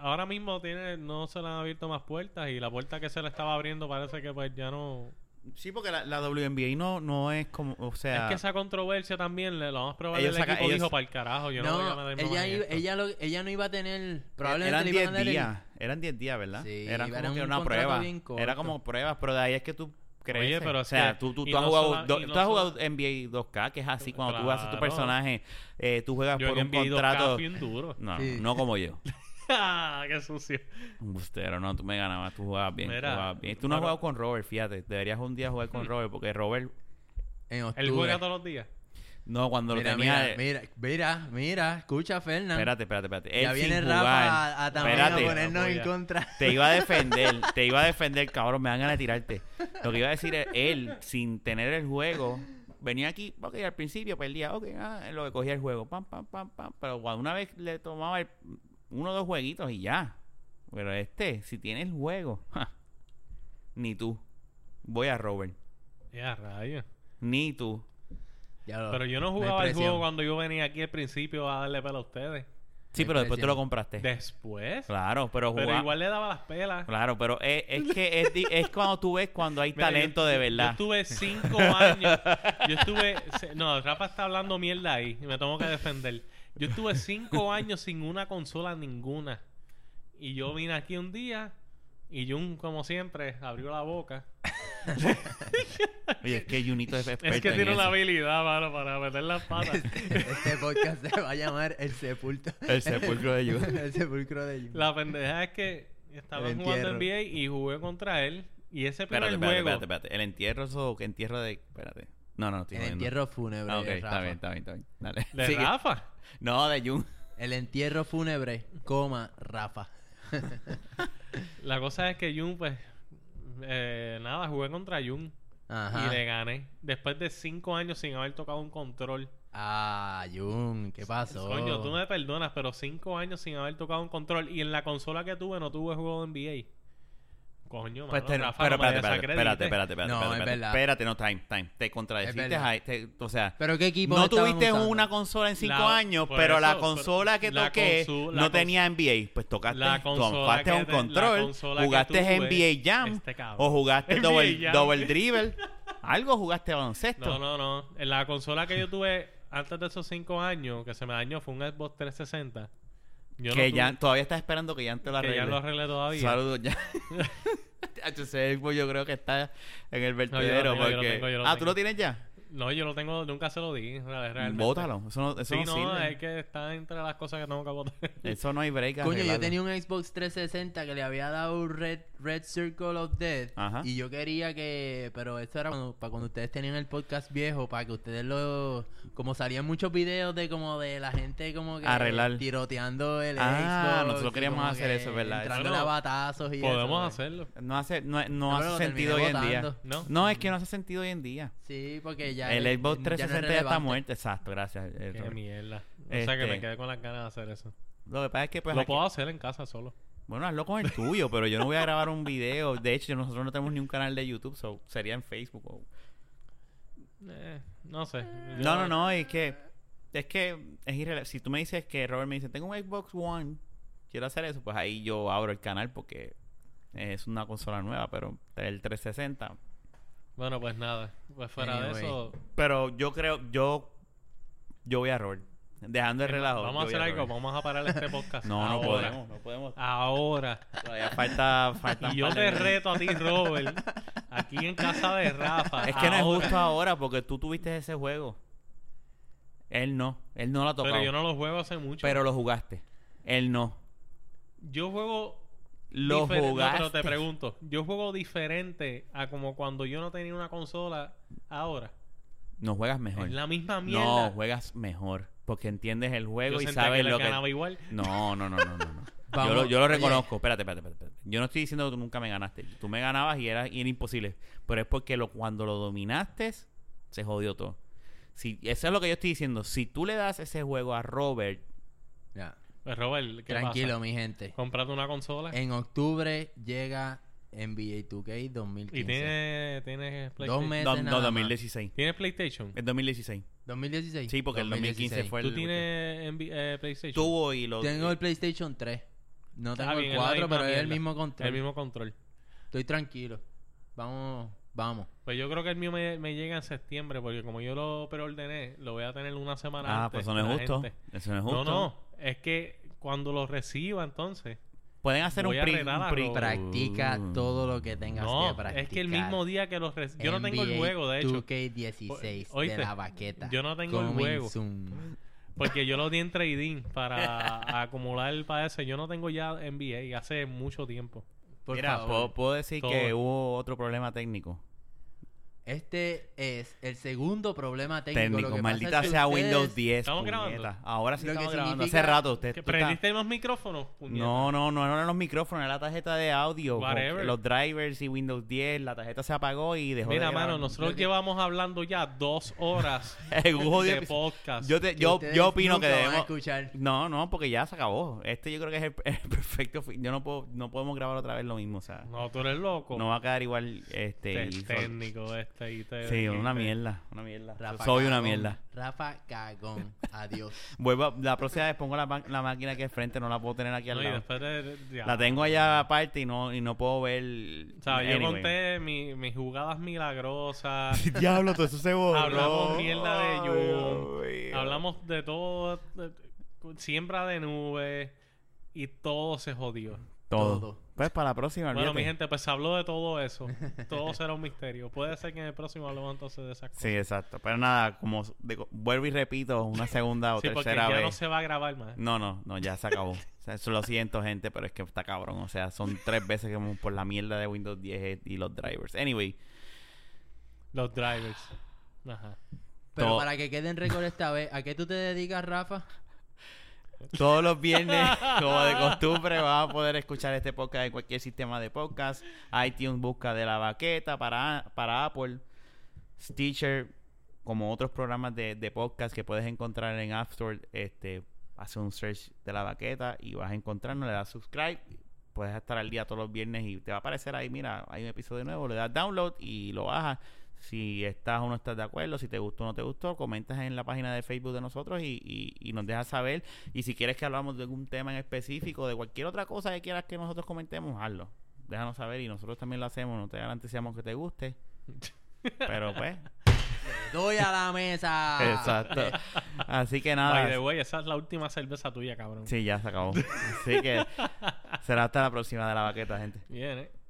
Ahora mismo tiene, no se le han abierto más puertas y la puerta que se le estaba abriendo parece que pues ya no. Sí, porque la, la WNBA no, no es como, o sea... es que esa controversia también, le, lo más probable Ellos el saca- equipo ellos- dijo para el carajo. Yo no, voy a no, meterme más ella, en iba- esto". ella, lo- ella no iba a tener... eran Probablemente le iban a 10 dar el- días, eran 10 días, ¿verdad? Sí, eran era como que un una contrato prueba. bien corto. Era como pruebas, pero de ahí es que tú crees. pero o es sea, que- tú, tú, y tú has no jugado, sola- do- y no tú has jugado sola- NBA 2K, que es así, cuando tú haces tu Claro. personaje, eh, tú juegas Yo por en un NBA 2K contrato. fui un duro. No, Sí. no como yo. Ah, ¡Qué sucio! Un bustero, no, tú me ganabas, tú jugabas bien, tú Mira, jugabas bien. Tú no has pero- jugado con Robert, fíjate, deberías un día jugar Hmm. con Robert, porque Robert, En octubre. Él juega todos los días. no, cuando mira, lo tenía... mira, mira, mira, mira, escucha, Fernan. Espérate, espérate, espérate. ya Él viene sin Rafa jugar, a, a también a espérate, ponernos en Apoya. contra. Te iba a defender, te iba a defender, cabrón, me dan ganas de tirarte. Lo que iba a decir es, él, sin tener el juego, venía aquí, ok, al principio perdía, ok, ah, lo que cogía el juego, pam, pam, pam, pam, pero cuando una vez le tomaba el- uno o dos jueguitos y ya. Pero este, si tiene el juego, ja, ni tú. Voy a Robert, Ya, rayos. ni tú. Ya lo- Pero yo no hay jugaba el juego presión. cuando yo venía aquí al principio a darle pela a ustedes. Sí, pero después tú lo compraste. Después. Claro, pero jugaba. Pero igual le daba las pelas. Claro, pero es, es que es, di- es cuando tú ves cuando hay Mira, talento yo- de yo- Yo verdad. estuve cinco años. Yo estuve. se- No, Rafa está hablando mierda ahí. y Me tengo que defender. Yo estuve cinco años sin una consola ninguna. Y yo vine aquí un día. Y Jun, como siempre, abrió la boca. Oye, es que Junito es experto Es que Pues en tiene una eso. habilidad, mano, para meter las patas. Este podcast se va a llamar El Sepulcro. El sepulcro de Yu. El Sepulcro de Yu. La pendeja es que estaban El jugando entierro. NBA y jugué contra él. Y ese primer Espérate, espérate, juego. espérate, espérate. ¿El entierro es o que entierro de...? Espérate. No, no, estoy El jodiendo. entierro fúnebre. Ah, ok. Está Rafa. bien, está bien, está bien. Dale. De Sigue. Rafa. No, de Jun. El entierro fúnebre, coma, Rafa. La cosa es que Jun, pues. eh, nada, jugué contra Jun. Ajá. Y le gané. Después de cinco años sin haber tocado un control. Ah, Jun, ¿qué pasó? Coño, tú me perdonas, pero cinco años sin haber tocado un control. Y en la consola que tuve no tuve juego de NBA. Coño, Pues mano, te- Rafa, pero no me espérate, espérate, espérate, desacredites. espérate, espérate, No, es espérate, verdad. espérate, no, time, time. Te Es contradeciste, verdad. ahí, te- o sea, ¿Pero qué equipo no estaban tuviste usando? una consola en cinco La- años, por pero la eso, pero consola que la toqué consu- la no cons- tenía NBA, pues tocaste, la consola tomaste que un te- la control, consola que jugaste tuve, NBA Jam este cabrón. o jugaste NBA double, Jam. double dribble, algo jugaste baloncesto. No, no, no. En la consola que yo tuve antes de esos cinco años, que se me dañó, fue un Xbox 360. Yo no que tuve- ya todavía estás esperando que ya te lo que arregle. ya lo arreglé todavía. Saludos ya. Chacho, ese Xbox yo creo que está en el tengo, vertedero yo lo porque tengo, yo lo Ah, tú tengo. lo tienes ya. No, yo no tengo, nunca se lo di. real- Realmente. Bótalo, eso no, eso Sí, no no, sirve. es que está entre las cosas que tengo que botar. Eso no hay break. Coño, yo tenía un Xbox 360 que le había dado un Red, Red Circle of Death. Ajá. Y yo quería que. Pero esto era cuando- para cuando ustedes tenían el podcast viejo, para que ustedes lo. Como salían muchos videos de como de la gente como que. Arreglar. Tiroteando el Ah, Xbox. nosotros y queríamos como hacer que eso, es verdad. Entrando Bueno, a batazos y eso, Podemos eh. pues. hacerlo. No hace, no, no No, pero hace lo sentido hoy terminé en día. votando. No. No, es que no hace sentido hoy en día. Sí, porque ya. el Xbox ya no es 360 ya, está relevante. muerto. Exacto, gracias. eh, Qué Robert. mierda. O sea que Este- me quedé con las ganas de hacer eso. Lo que pasa es que, pues, Lo aquí- puedo hacer en casa solo. bueno, hazlo con el tuyo, pero yo no voy a grabar un video. De hecho, nosotros no tenemos ni un canal de YouTube, so sería en Facebook. o- Eh, no sé. Yo- No, no, no, es que, es que, es irrele- Si tú me dices que Robert me dice, tengo un Xbox One, quiero hacer eso, pues ahí yo abro el canal porque es una consola nueva, pero el 360. Bueno, pues nada. Pues fuera de Anyway. eso. Pero yo creo, yo, yo voy a Robert. Dejando el relajo. eh, Vamos a yo hacer voy algo. Robert. Vamos a parar este podcast. No, no ahora. podemos, no podemos. Ahora. Todavía falta, falta. Y yo te reto a ti, Robert. Aquí en casa de Rafa. Es que no es ahora. justo ahora porque tú tuviste ese juego. Él no, él no lo ha tocado. Pero yo no lo juego hace mucho. Pero lo jugaste. Él no. yo juego. Lo diferente- no, jugaste. pero te pregunto. Yo juego diferente a como cuando yo no tenía una consola ahora. No juegas mejor. Es la misma mierda. No, juegas mejor. Porque entiendes el Yo juego y sentía sabes que le lo que. ganaba igual. No, no, no, no, no. no. Vamos, yo, lo, yo lo oye. reconozco. Espérate, espérate, espérate, espérate. Yo no estoy diciendo que tú nunca me ganaste. Tú me ganabas y era, y era imposible. Pero es porque lo, cuando lo dominaste, se jodió todo. Si, eso es lo que yo estoy diciendo. Si tú le das ese juego a Robert, Ya. Pues, Robert, ¿qué Tranquilo, pasa? mi gente. Comprate una consola. Eh, En octubre llega NBA 2K 2015. Y tiene, tiene Dos PlayStation. meses no, nada no, más. 2016. ¿Tienes PlayStation? Es 2016. 2016. Sí, porque el 2015 fue el. ¿Tú tienes NBA, eh, PlayStation? Tuvo y lo. Tengo el PlayStation 3. No Está tengo bien, el es la 4, misma pero es el mierda. mismo control. El mismo control. Estoy tranquilo. Vamos, vamos. Pues yo creo que el mío me, me llega en septiembre, porque como yo lo preordené, lo voy a tener una semana Ah, antes. pues eso no es la justo. gente. Eso no es justo. No, no. Es que cuando lo reciba, entonces. Pueden hacer Voy un a pre. retar a un pre- Robert. Practica Uh. todo lo que tengas que No, practicar. es que el mismo día que lo reciba. Yo no tengo el NBA juego, de hecho. 2K16 O- oíste, de la baqueta. yo no tengo el Coming juego. soon. Porque yo lo di en trading para acumular el ese. Yo no tengo ya NBA hace mucho tiempo. Por Mira, favor. puedo, puedo decir Todo. que hubo otro problema técnico. Este es el segundo problema técnico. Técnico, Lo que pasa maldita es que sea ustedes- Windows 10. ¿Estamos puñeta. grabando? Ahora sí Lo que estamos grabando. significa- Hace rato usted. ¿Que Eh, tú ¿Prendiste más micrófonos? estás- puñeta? No, no, no, no eran los micrófonos, era la tarjeta de audio. como Whatever. que Los drivers y Windows 10, la tarjeta se apagó y dejó Mira, de grabar. mano, nosotros Yo te- llevamos hablando ya dos horas En un jodido de episodio. podcast. Yo, te- que yo, ustedes yo opino que nunca van a debemos... escuchar. No, no, porque ya se acabó. Este yo creo que es el, el perfecto fin. Yo no puedo, no podemos grabar otra vez lo mismo, o sea, No, tú eres loco. no va a quedar igual este. Este y- técnico, este y te- sí, una este. mierda, una mierda. Rafa Soy una Cagón. mierda. Rafa Cagón. Adiós. Vuelvo, a- la próxima vez pongo la, ma- la máquina aquí al frente, no la puedo tener aquí No, al y lado. después de- ya. La tengo allá aparte y no, y no puedo ver. O sea, yo Anyway. conté mi- mis jugadas milagrosas. Diablo, todo eso se borró. Hablamos mierda de Jun. Ay, Dios. hablamos de todo. de- siembra de nubes. Y todo se jodió. Todo. Todo. Pues para la próxima, Bueno, mi olvídate. gente, pues se habló de todo eso. Todo será un misterio. Puede ser que en el próximo hablemos entonces de esas cosas. Sí, exacto. Pero nada, como s- digo, vuelvo y repito, una segunda Ah, o Sí, porque tercera ya vez. Mm. no se va a grabar más. No, no, no, ya se acabó. O sea, eso lo siento, gente, pero es que está cabrón. O sea, son tres veces que hemos- por la mierda de Windows 10 y los drivers. Anyway, Los drivers. Ajá. Pero Todo. para que quede en récord esta vez, ¿a qué tú te dedicas, Rafa? todos los viernes, como de costumbre, vas a poder escuchar este podcast en cualquier sistema de podcast. iTunes busca de la baqueta para, para Apple. Stitcher, como otros programas de, de podcast que puedes encontrar en App Store, este, hace un search de la baqueta y vas a encontrarnos, le das subscribe, puedes estar al día todos los viernes y te va a aparecer ahí, mira, hay un episodio nuevo, le das download y lo bajas. Si estás o no estás de acuerdo, si te gustó o no te gustó, comentas en la página de Facebook de nosotros y, y- y nos dejas saber. Y si quieres que hablamos de algún tema en específico, de cualquier otra cosa que quieras que nosotros comentemos, hazlo. Déjanos saber y nosotros también lo hacemos. No te garantizamos que te guste. Pero pues, Doy a la mesa. Exacto. Así que By the nada. way, esa es la última cerveza tuya, cabrón. Sí, ya se acabó. Así que será hasta la próxima de la baqueta, gente. Bien, eh.